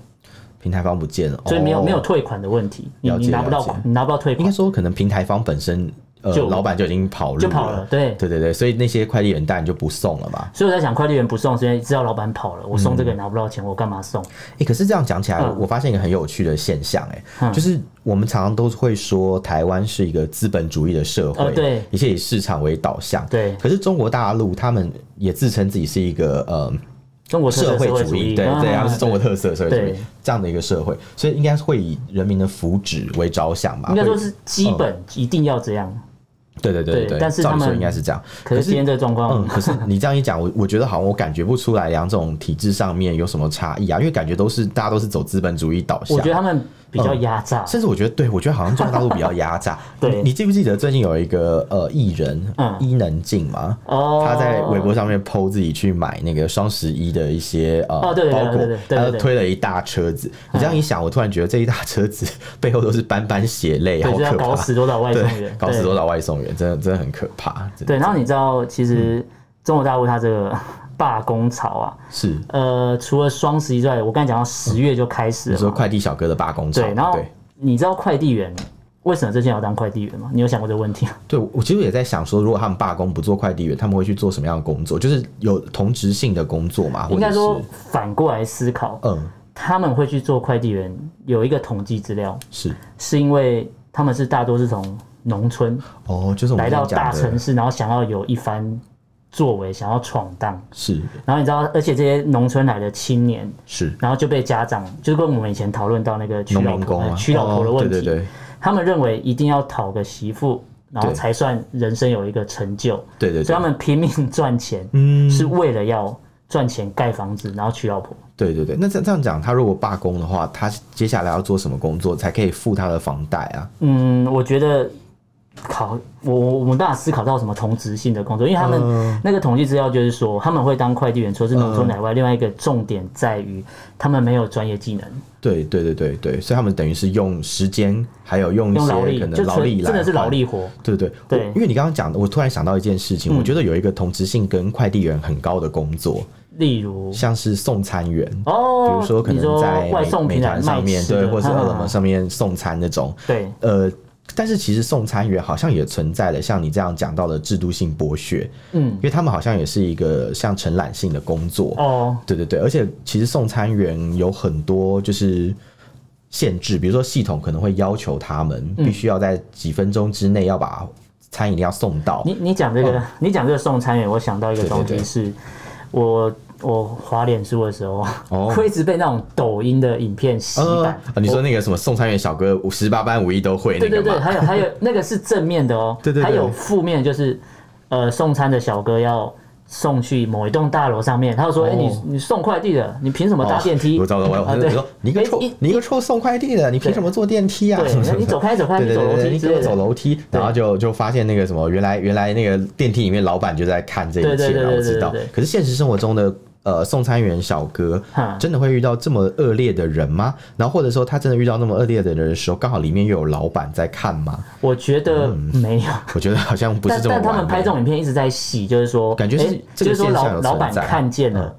B: 平台方不见了，
A: 所以没有
B: 哦
A: 没有退款的问题，你
B: 了解
A: 你拿不
B: 了解
A: 到你拿不到退
B: 应该
A: 款
B: 说可能平台方本身呃
A: 就
B: 老板就已经跑路
A: 就跑了，对。
B: 对对对，所以那些快递员当然就不送了嘛。
A: 所以我在想，快递员不送，是因为知道老板跑了，我送
B: 嗯
A: 这个也拿不到钱，我干嘛送？
B: 哎、可是这样讲起来，
A: 嗯
B: 我发现一个很有趣的现象、欸，
A: 嗯
B: 就是我们常常都会说台湾是一个资本主义的社会，
A: 哦对
B: 一切以市场为导向，
A: 对
B: 可是中国大陆他们也自称自己是一个呃
A: 中国特色
B: 社
A: 会
B: 会主
A: 主
B: 义，
A: 义，
B: 对
A: 啊
B: 对，他们是中国特色社会主义
A: 对
B: 这样的一个社会，所以应该会以人民的福祉为着想嘛，
A: 应该说
B: 会嗯
A: 是基本一定要这样。
B: 对对对
A: 对但是
B: 照理
A: 他
B: 说
A: 们
B: 应该是这样，
A: 可是今天这个哦状
B: 嗯，
A: 况，
B: 可是你这样一讲，我我觉得好像我感觉不出来两种体制上面有什么差异啊，因为感觉都是大家都是走资本主义导向
A: 我觉。得他们比
B: 嗯
A: 较压榨。
B: 甚至我觉得，对我觉得好像中国大陆比较压榨。
A: 对
B: 你你记不记得最近有一个呃艺人，
A: 嗯
B: 伊能静嘛？
A: 哦，
B: 他在微博上面 PO 自己去买那个双十一的一些呃
A: 哦对对对
B: 包裹
A: 对对，对嗯
B: 他
A: 对
B: 就
A: 对
B: 推了一大车子。你这样一想，我突然觉得这一大车子背后都是斑斑血泪，
A: 对，
B: 好
A: 就是要
B: 可怕！
A: 搞死多少外送
B: 对
A: 员，，
B: 搞死
A: 对
B: 多少外送员，真的真的很可怕。真的
A: 对，然后你知道，其
B: 嗯
A: 实中国大陆它这个罢工潮啊，
B: 是
A: 呃，除了双十一之外，我刚才讲到十月就开始
B: 你
A: 了
B: 说
A: 嘛，
B: 快递小哥的罢工潮
A: 啊对，然后
B: 嗯对
A: 你知道快递员为什么这些人要当快递员吗？你有想过这个问题吗？
B: 对，我其实也在想说，如果他们罢工不做快递员，他们会去做什么样的工作？就是有同职性的工作嘛，或
A: 应
B: 者
A: 该
B: 是
A: 说反过来思考，
B: 嗯
A: 他们会去做快递员，有一个统计资料，
B: 是
A: 是因为他们是大多是从农村
B: 哦，就是我们
A: 来到
B: 刚刚
A: 大
B: 讲
A: 城
B: 的
A: 市，然后想要有一番作为，想要闯荡。
B: 是
A: 然后你知道，而且这些农村来的青年，
B: 是
A: 然后就被家长，就跟我们以前讨论到那个娶
B: 农
A: 老
B: 民
A: 婆、
B: 工啊，
A: 呃娶老婆的
B: 哦
A: 问题，
B: 对对对
A: 他们认为一定要讨个媳妇，然后
B: 对
A: 才算人生有一个成就，
B: 对对
A: 所以他
B: 对，
A: 们拼命赚钱，
B: 嗯
A: 是为了要赚钱盖房子，然后娶老婆。
B: 对对对。那这这样讲，他如果罢工的话，他接下来要做什么工作才可以付他的房贷啊？
A: 嗯，我觉得考我我我们大家思考到什么同质性的工作，因为他们那个统计资料就是说，他们会当快递员，除了是农村
B: 嗯
A: 奶外，另外一个重点在于他们没有专业技能，
B: 对对对对对，所以他们等于是用时间，还有用一
A: 用
B: 些
A: 劳力
B: 可，能
A: 就
B: 劳力
A: 纯
B: 来
A: 真的是劳
B: 换
A: 力活。
B: 对对
A: 对嗯
B: 我因为你刚刚讲的，我突然想到一件事情，我觉得有一个同质性跟快递员很高的工作，
A: 例如
B: 像是送餐员。比
A: 哦，
B: 如说，可
A: 你说
B: 能在
A: 外送
B: 美
A: 平台
B: 团上面，对，或是饿了么上面送餐那种，
A: 对
B: 呃，但是其实送餐员好像也存在了像你这样讲到的制度性剥削，
A: 嗯
B: 因为他们好像也是一个像承揽性的工作，
A: 哦，
B: 对对对，而且其实送餐员有很多就是限制，比如说系统可能会要求他们
A: 嗯
B: 必须要在几分钟之内要把餐饮料送到，
A: 你你讲这个，你讲这个送餐员，我想到一个
B: 哦对对
A: 东西
B: 对
A: 是，我我滑脸书的时候，
B: 哦
A: 会一直被那种抖音的影片洗
B: 呃
A: 版。
B: 啊你说那个什么送餐员小哥，十八般武艺都会那
A: 对
B: 个
A: 对对，
B: 吗？
A: 还有 还有那个是正面的哦，
B: 对对对
A: 还有负面的就是，呃，送餐的小哥要。送去某一栋大楼上面，他就说：“哎、
B: 哦
A: 你你送快递的，你凭什么搭电梯？”
B: 我知道，我
A: 啊
B: 我
A: 对
B: 说你一个臭
A: 哎一，
B: 你一个臭送快递的，你凭什么坐电梯啊？
A: 对，
B: 什么
A: 那
B: 什么
A: 你走开走开，
B: 对
A: 你
B: 对
A: 走楼
B: 对对，
A: 梯
B: 你
A: 之
B: 给
A: 类
B: 我
A: 的。
B: 走楼梯，然后就就发现那个什么，原来原来那个电梯里面老板就在看这一
A: 对对
B: 切，
A: 对
B: 然后我
A: 对
B: 知
A: 对
B: 道
A: 对对。
B: 可是现实生活中的呃送餐员小哥
A: 哈，
B: 真的会遇到这么恶劣的人吗？然后或者说他真的遇到那么恶劣的人的时候，刚好里面又有老板在看吗？
A: 我觉得没有，
B: 我觉得好像嗯不是
A: 但
B: 这么
A: 但他们
B: 完
A: 拍这
B: 美。
A: 种影片一直在洗，就是说，
B: 感觉是
A: 诶
B: 这
A: 就
B: 个
A: 是说
B: 现象有
A: 老老板
B: 存在嗯
A: 看见了，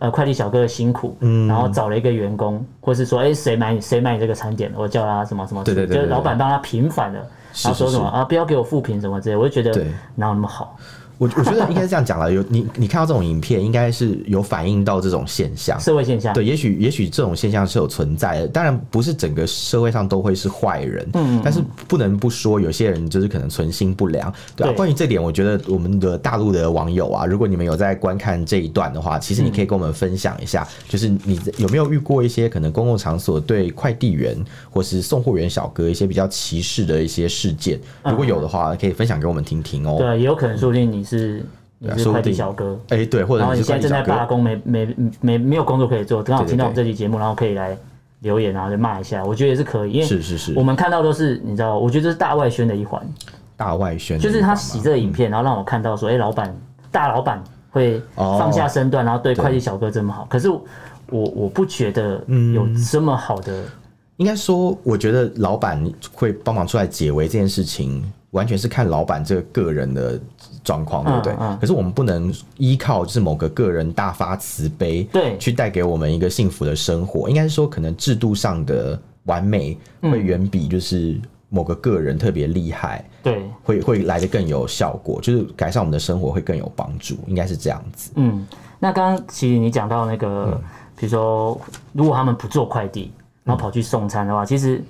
A: 呃，快递小哥的辛苦，然后找了一个员工，或是说，哎，谁买你谁买你这个餐点，我叫他什么什么，
B: 对对对对
A: 就是
B: 对
A: 老板帮他平反了，然后说
B: 是是
A: 什么啊，不要给我负评什么之类，我就觉得
B: 对
A: 哪有那么好？
B: 我我觉得应该是这样讲了，有你你看到这种影片，应该是有反映到这种现象。
A: 社会现象，
B: 对，也许也许这种现象是有存在的，当然不是整个社会上都会是坏人，
A: 嗯
B: 但是不能不说有些人就是可能存心不良，对啊。
A: 对
B: 关于这点，我觉得我们的大陆的网友啊，如果你们有在观看这一段的话，其实
A: 嗯
B: 你可以跟我们分享一下，就是你有没有遇过一些可能公共场所对快递员或是送货员小哥一些比较歧视的一些事件？如
A: 嗯
B: 果有的话，可以分享给我们听听哦、
A: 对，也有可能说不定你是你
B: 对啊
A: 是
B: 说不
A: 快递
B: 定
A: 小哥，
B: 哎、对，或者
A: 然后
B: 你
A: 你
B: 是
A: 现
B: 快
A: 在
B: 递
A: 正在
B: 小
A: 罢
B: 哥，
A: 工，没没没没有工作可以做，刚好
B: 对对
A: 听到我们
B: 对
A: 这期节目，然后可以来留言，然后就骂一下，我觉得也是可以，因为
B: 是嗯是是
A: 我，们看到都是你知道，我觉得这是大外宣的一环，
B: 大外宣的
A: 就是
B: 地
A: 他
B: 方
A: 洗
B: 嘛
A: 这个影片，然后让我看到说，哎、老板大老板会
B: 哦
A: 放下身
B: 嗯
A: 段，然后对快递小哥这么好。可是我我不觉得有这么好的
B: 应该说，我觉得老板会帮忙出来解围这件事情，完全是看老板这个个人的状况，对不对？
A: 嗯嗯
B: 可是我们不能依靠就是某个个人大发慈悲，
A: 对
B: 去带给我们一个幸福的生活。应该是说，可能制度上的完美
A: 嗯
B: 会远比就是某个个人特别厉害，
A: 对，
B: 会会来的更有效果，就是改善我们的生活会更有帮助，应该是这样子。
A: 嗯，那刚刚其实你讲到那
B: 嗯
A: 个，比如说如果他们不做快递，然后跑去送餐的
B: 嗯
A: 话，其实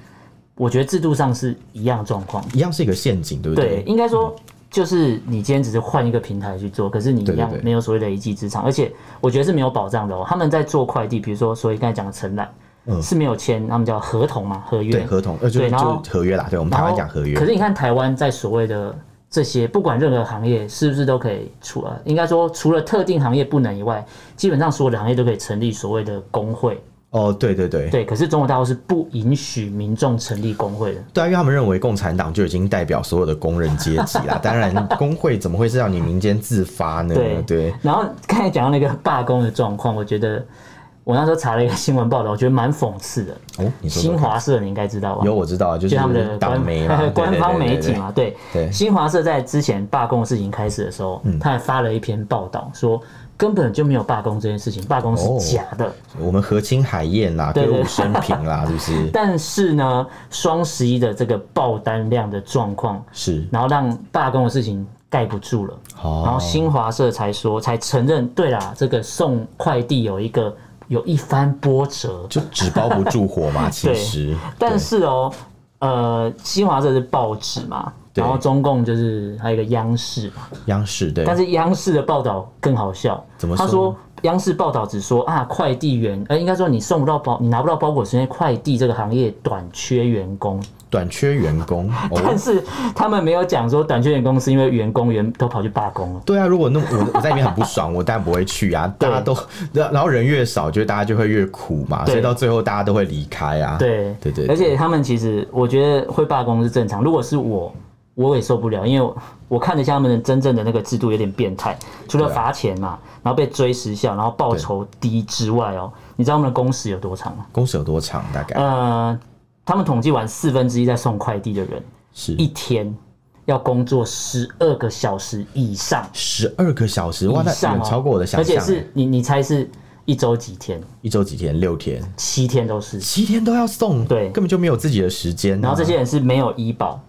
A: 我觉得制度上是一样的状况。
B: 一样是一个陷阱，对不
A: 对
B: 对，？嗯
A: 应该说就是你今天只是换一个平台去做，可是你
B: 对
A: 一
B: 对
A: 样
B: 对
A: 没有所谓的一技之长，而且我觉得是没有保障的哦。他们在做快递，比如说，所以刚才讲的承揽、是没有签，他们叫合同嘛，合约。
B: 嗯对合同，呃，就
A: 对
B: 是
A: 然后
B: 就是合约啦。对，我们
A: 然
B: 台
A: 后
B: 湾讲合约
A: 可，是你看台湾在所谓的这些，不管任何行业，是不是都可以除了应该说除了特定行业不能以外，基本上所有的行业都可以成立所谓的工会。
B: 哦，对对对，
A: 对，可是中国大陆是不允许民众成立工会的。
B: 对啊，因为他们认为共产党就已经代表所有的工人阶级 啦。当然，工会怎么会是让你民间自发呢？
A: 对
B: 对，
A: 然后刚才讲到那个罢工的状况，我觉得我那时候查了一个新闻报道，我觉得蛮讽刺的。
B: 哦，你说
A: 新
B: 说看
A: 华社你应该知道吧？
B: 有我知道，就是
A: 就他们的
B: 党
A: 官
B: 媒 嘛，对
A: 官方媒体。嘛，对。
B: 对嗯
A: 新华社在之前罢工的事情开始的时候，他还发了一篇报道说。根本就没有罢工这件事情，罢工
B: 哦
A: 是假的。
B: 对对对我们和亲海燕啦，歌
A: 对对
B: 舞升平 啦，是不是？
A: 但是呢，双十一的这个爆单量的状况，
B: 是
A: 然后让罢工的事情盖不住了。然后
B: 哦，
A: 新华社才说，才承认，对啦，这个送快递有一个有一番波折，
B: 就纸包不住火 嘛，其实。
A: 但是哦，呃，新华社是报纸嘛，
B: 对
A: 然后中共就是还有一个央视嘛，
B: 对央视对，
A: 但是央视的报道更好笑，
B: 怎么说
A: 他
B: 呢
A: 说央视报道只说啊，快递员，呃，应该说你送不到包，你拿不到包裹是因为快递这个行业短缺员
B: 嗯
A: 工，
B: 短缺员 工。哦
A: 但是他们没有讲说短缺员工是因为员工员都跑去罢工了。
B: 对啊，如果那我我在里面很不爽，我当然不会去啊。大家都， 然后人越少，就大家就会越苦嘛，
A: 对
B: 所以到最后大家都会离开啊。
A: 对
B: 对对对
A: 而且他们其实我觉得会罢工是正常，如果是我，我也受不了，因为我我看了一下他们的真正的那个制度有点变态，除了
B: 对啊
A: 罚钱嘛，然后被追时效，然后报酬低之外哦，你知道他们的工时有多长吗？
B: 工时有多长？大概、
A: 呃，他们统计完四分之一在送快递的人
B: 是
A: 一天要工作十二个小时以上，
B: 十二个小时，哇，
A: 以
B: 那
A: 上
B: 远
A: 哦，
B: 超过我的想
A: 而且
B: 象。欸
A: 是你你猜是一周几天？
B: 一周几天？六天，
A: 七天都是。
B: 七天都要送，
A: 对
B: 根本就没有自己的时间啊、
A: 然后这些人是没有医保，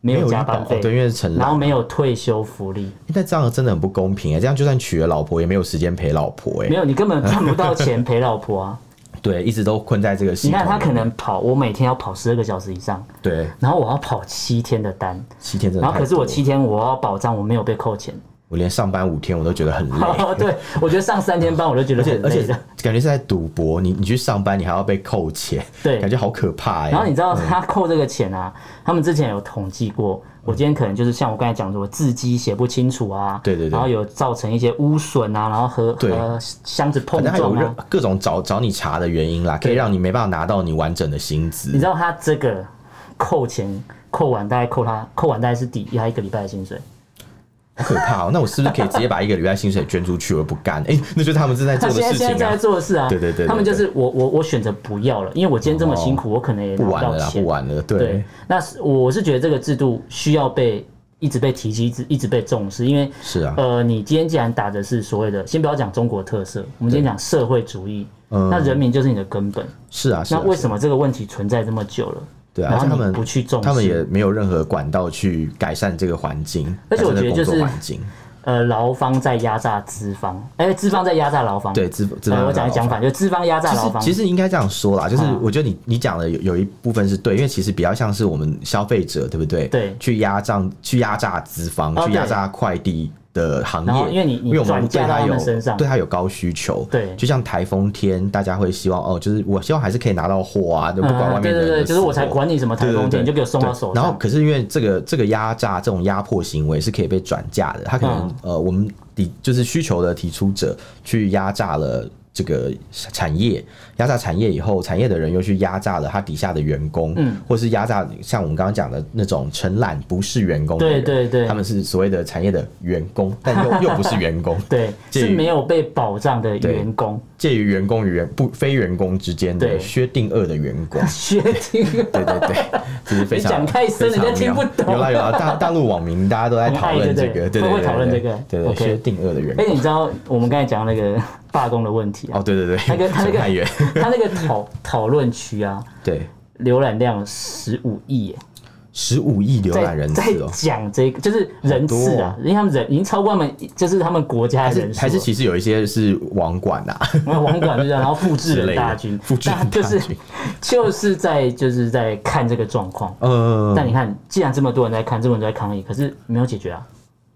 A: 没
B: 没有
A: 有
B: 医
A: 加
B: 保哦
A: 班费，
B: 对，因为是承
A: 然
B: 揽
A: 后。没有退休福利，
B: 那这样真的很不公平哎、这样就算娶了老婆，也没有时间陪老婆哎、
A: 没有你根本赚不到钱陪老婆 啊！
B: 对，一直都困在这个系
A: 你
B: 统里
A: 看
B: 面。
A: 他可能跑，我每天要跑十二个小时以上，
B: 对
A: 然后我要跑七天的单，
B: 七天真的
A: 然
B: 太
A: 后
B: 多。
A: 可是我七天我要保障我没有被扣钱。
B: 我连上班五天我都觉得很累。
A: 对，我觉得上三天班我都觉得
B: 而且
A: 很
B: 而且
A: 累的。
B: 感觉是在赌博，你你去上班，你还要被扣钱，
A: 对
B: 感觉好可怕哎、
A: 然后你知道他扣这个钱啊，他们之前有统计过，我今天可能就是像我刚才讲的，我字迹写不清楚啊，
B: 对对对
A: 然后有造成一些污损啊，然后和
B: 对
A: 和箱子碰
B: 反正还有
A: 撞啊
B: 任，各种找找你查的原因啦，可以让你没办法拿到你完整的薪
A: 你
B: 资
A: 知。道他这个扣钱扣完大概扣他扣完大概是抵押一个礼拜的薪水，
B: 好可怕哦、那我是不是可以直接把一个礼拜薪水捐出去？我不干，哎、那就是他们正在
A: 他
B: 做
A: 现在
B: 的事
A: 现在
B: 情
A: 正在
B: 啊。
A: 做的事啊，
B: 对对对对哦
A: 他们就是我我我选择不要了，因为我今天这么辛苦，我可能也拿
B: 不玩
A: 到
B: 了啦，
A: 钱
B: 不。玩了，对，
A: 对，那是我是觉得这个制度需要被一直被提及，一直一直被重视，因为
B: 是啊，
A: 呃，你今天既然打的是所谓的，先不要讲中国特色，我们今天讲社会主义，那人民就是你的根本。
B: 是啊，嗯是
A: 那
B: 啊，
A: 为
B: 是啊
A: 什么这个问题存在这么久了？
B: 对啊，
A: 然
B: 而且他
A: 后
B: 们
A: 你不去重视，
B: 他们也没有任何管道去改善这个环境，
A: 而且我觉得
B: 改善这个工作
A: 就是
B: 环境，
A: 呃，劳方在压榨资方，哎、资方在压榨劳方。
B: 对，资资
A: 呃
B: 方
A: 我讲
B: 的
A: 讲反，就资方压榨
B: 其
A: 劳
B: 实
A: 方。
B: 其实应该这样说啦，就是
A: 嗯
B: 我觉得你你讲的有有一部分是对，因为其实比较像是我们消费者，对不对？
A: 对
B: 去压榨去压榨资方，
A: 哦
B: 去压
A: 对
B: 榨快递。的行
A: 然后
B: 业，
A: 因为你你
B: 因为我
A: 转
B: 们对
A: 嫁到
B: 它
A: 他
B: 有
A: 们身上
B: 对它有高需求，
A: 对
B: 就像台风天，大家会希望哦，就是我希望还是可以拿到货啊，就不管
A: 嗯
B: 外面
A: 对对
B: 的人
A: 对，
B: 的
A: 就是我
B: 死
A: 才
B: 活
A: 管你什么啊台风
B: 对对对
A: 天，你就给我送到手
B: 对然后
A: 上。
B: 可是因为这个这个压榨这种压迫行为是可以被转嫁的，他可能、
A: 嗯
B: 呃我们抵就是需求的提出者去压榨了。这个产业压榨产业以后，产业的人又去压榨了他底下的员工，嗯，或是压榨像我们刚刚讲的那种承揽不是员工的
A: 对
B: 人，
A: 对对
B: 他们是所谓的产业的员工，但又又不是员工，
A: 对，
B: 介于
A: 是没有被保障的员工，
B: 介于员工与员不非员工之间的
A: 对。
B: 薛定谔的员工
A: 薛定谔
B: 对对对，这是非常
A: 你讲太深
B: 非常
A: 人家听不懂哎
B: 有啦有啦，大大陆网民大家都在讨论
A: 很爱对
B: 这个，
A: 不对
B: 对对
A: 都会
B: 对
A: 讨论
B: 对
A: 这个
B: 对对
A: OK
B: 薛定谔的员
A: 哎、
B: 工。
A: 你知道我们刚才讲那个罢工的问题啊？
B: 哦，对对对，
A: 那个他那
B: 陈
A: 个
B: 汉元，
A: 他那个讨讨论区啊，
B: 对，
A: 浏览量十五亿耶，
B: 十五亿浏
A: 在
B: 览人
A: 在
B: 次哦。
A: 讲这个就是人次啊
B: 好多哦，
A: 因为他们人已经超过他们，就是他们国家
B: 还
A: 的
B: 是
A: 人数啊
B: 还是
A: 了。
B: 其实有一些是网管 呐、啊，
A: 然后网管就这样，然后复制
B: 之类
A: 人
B: 的
A: 大军，
B: 复制人
A: 那就是
B: 大军
A: 就是在就是在看这个状况。
B: 呃，
A: 但你看，既然这么多人在看，这么多人在抗议，可是没有解决啊。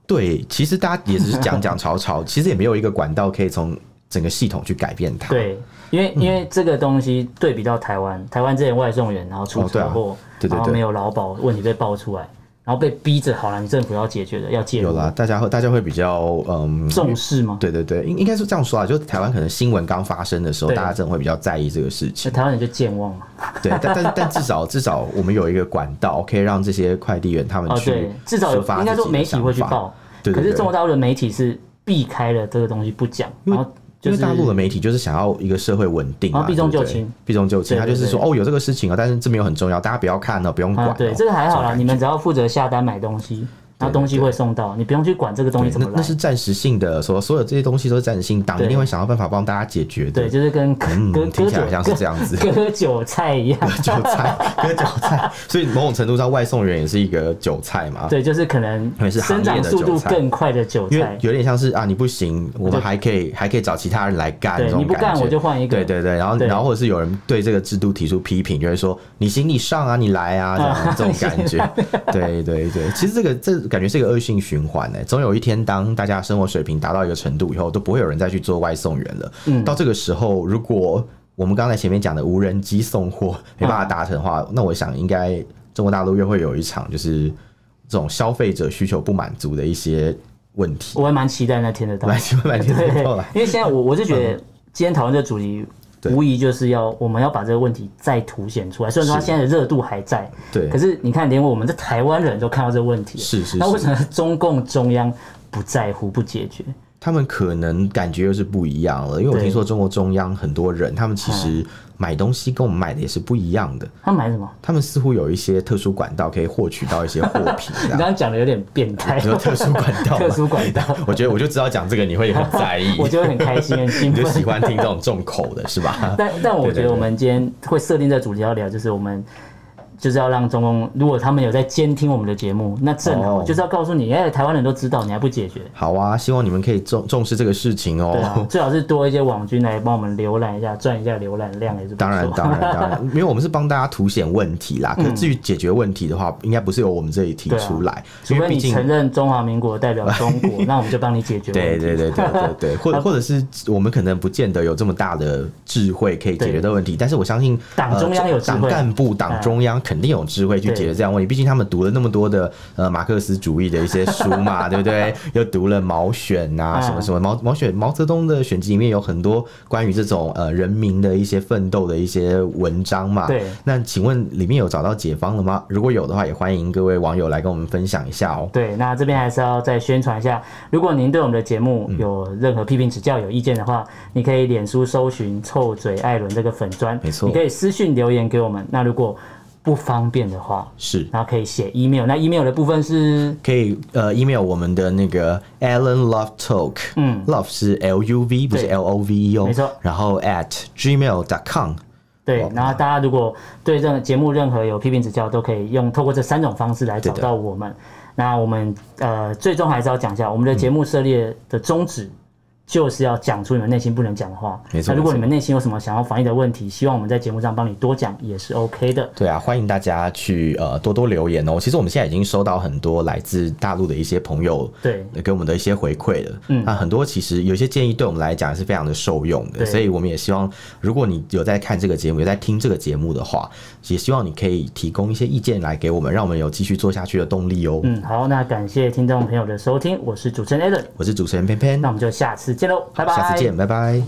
B: 对，其实大家也只是讲讲吵吵， 其实也没有一个管道可以从整个系统去改变它。
A: 对，因
B: 嗯
A: 为因为这个东西对比到台湾，台湾之前外送员然后出
B: 哦对啊
A: 车祸，
B: 对对对
A: 然后没有劳保问题被爆出来，然后被逼着，好了，你政府要解决的，要介
B: 有
A: 入，
B: 啦，大家会大家会比较嗯，
A: 重视吗？
B: 对对对，应应该是这样说啊，就台湾可能新闻刚发生的时候，
A: 对
B: 大家真的会比较在意这个事
A: 那
B: 情。
A: 台湾人就健忘了
B: 对，但但但至 少至少我们有一个管道，可以让这些快递员他们
A: 哦，
B: 去
A: 对，至少有
B: 抒发
A: 应该
B: 自己
A: 说
B: 的
A: 媒体会去
B: 想法
A: 报，
B: 对对
A: 可是
B: 对
A: 中国大陆的媒体是避开了这个东西不讲，
B: 因
A: 然
B: 为
A: 后就是
B: 因为大陆的媒体就是想要一个社会稳定嘛，
A: 然后避重就
B: 对不对
A: 轻，
B: 避重就轻，
A: 对对
B: 他就是说哦有这个事情啊，但是这没有很重要，大家不要看了，不用管
A: 啊
B: 哦。，
A: 对，这个还好
B: 这种
A: 啦，
B: 感觉
A: 你们只要负责下单买东西，然后东西会送到，你不用去管这个东西怎
B: 那
A: 么
B: 那
A: 来
B: 是。暂时性的，所所有这些东西都是暂时性，党一
A: 对
B: 定会想到办法帮大家解决的
A: 对，。就是跟割割
B: 嗯，听
A: 割
B: 起来好像是这
A: 韭
B: 样 子，
A: 割韭菜一 样，
B: 韭菜割韭菜，所以某种程度上外送员也是一个韭菜嘛，
A: 对，就是可能
B: 也是行
A: 生
B: 业
A: 长
B: 的
A: 速度
B: 韭菜
A: 更快的韭
B: 因为
A: 菜，
B: 有点像是啊你不行，我
A: 就
B: 们还可以还可以找其他人来干，这
A: 对，
B: 种
A: 你不
B: 感
A: 干
B: 觉
A: 我就换一个，
B: 对对对，然后
A: 对
B: 然后或者是有人对这个制度提出批评，就会说你行你上啊，你来啊，这样 这种感觉。对对对，其实这个这感觉是一个恶性循环呢。总有一天，当大家生活水平达到一个程度以后，都不会有人再去做外送员了。
A: 嗯
B: 到这个时候，如果我们刚才前面讲的无人机送货没
A: 嗯
B: 办法达成的话，那我想应该中国大陆又会有一场就是这种消费者需求不满足的一些问题。
A: 我还蛮期待那天的到来
B: 来，。请问来，听
A: 哦对，
B: 到来。
A: 因为现在我我是觉得今天讨论这个主题。
B: 嗯对
A: 无疑就是要我们要把这个问题再凸显出来，虽然说它
B: 是
A: 现在的热度还在，
B: 对
A: 可是你看，连我们在台湾人都看到这个问题了，
B: 是是
A: 那
B: 是
A: 为什么中共中央不在乎、不解决？
B: 他们可能感觉又是不一样了，因为我
A: 对
B: 听说中国中央很多人，他们其实买东西跟我们买的也是不一样的，
A: 他买什么？
B: 他们似乎有一些特殊管道可以获取到一些货品，这
A: 你刚
B: 样。
A: 刚讲的有点变态
B: 你，说特殊管道吗
A: 特？殊管道，，
B: 我觉得我就知道讲这个你会很在意
A: 我就会很开心、很兴
B: 你就喜
A: 奋。
B: 欢听这种重口的是吧？
A: 但但我觉
B: 对对
A: 得我们今天会设定这个主题要聊，就是我们就是要让中共，如果他们有在监听我们的节目，那正好
B: 哦
A: 就是要告诉你，哎，台湾人都知道，你还不解决。
B: 好啊，希望你们可以重重视这个事情
A: 对啊
B: 哦，。
A: 最好是多一些网军来帮我们浏览一下，赚一下浏览量也是不
B: 当 然，
A: 错。
B: 当然，当然，因为我们是帮大家凸显问题啦。可至于解决问题的话，应该不是由我们这里提
A: 嗯对啊
B: 出来，
A: 除
B: 因为
A: 非
B: 毕
A: 你
B: 竟
A: 承认中华民国代表中 国，那我们就帮你解决
B: 对
A: 问题。
B: 对对对对对，或者或者是我们可能不见得有这么大的智慧可以解决的问题，但是我相信
A: 嗯党
B: 呃
A: 中央有智慧哎
B: 党干部、党中央肯定有智慧去解决这样的问题，毕竟他们读了那么多的呃马克思主义的一些书嘛，对 不对？又读了毛选啊
A: 嗯
B: 什么什么毛毛选毛泽东的选集里面有很多关于这种呃人民的一些奋斗的一些文章嘛，
A: 对
B: 那请问里面有找到解放了吗？如果有的话，也欢迎各位网友来跟我们分享一下哦。
A: 对，那这边还是要再宣传一下，如果您对我们的节目
B: 嗯
A: 有任何批评指教、有意见的话，你可以脸书搜寻“臭嘴艾伦”这个粉砖，
B: 没错
A: 你可以私讯留言给我们。那如果不方便的话，
B: 是。
A: 然后可以写 email，那 email 的部分是
B: 可以呃 email 我们的那个 Alan Love Talk，
A: 嗯
B: ，Love 是 L U V 不是
A: 对
B: L O V E 哦，
A: 没错
B: 然后 at gmail.com，
A: 对
B: 哇，
A: 然后大家如果对这个节目任何有批评指教，都可以用透过这三种方式来找
B: 对的
A: 到我们。那我们呃，最终还是要讲一下我们的节目涉猎的宗旨。就是要讲出你们内心不能讲的话。
B: 没错
A: 那如果
B: 没错
A: 你们内心有什么想要防疫的问题，希望我们在节目上帮你多讲也是 OK 的。
B: 对啊，欢迎大家去呃多多留言哦。其实我们现在已经收到很多来自大陆的一些朋友
A: 对
B: 给我们的一些回馈了。嗯，那很多其实有一些建议对我们来讲是非常的受用的，
A: 对
B: 所以我们也希望，如果你有在看这个节目，有在听这个节目的话，也希望你可以提供一些意见来给我们，让我们有继续做下去的动力哦。
A: 嗯，好，那感谢听众朋友的收听，我是主持人 a l a n
B: 我是主持人偏偏
A: 那，我们就下次见喽，拜拜。
B: 下次见，拜拜。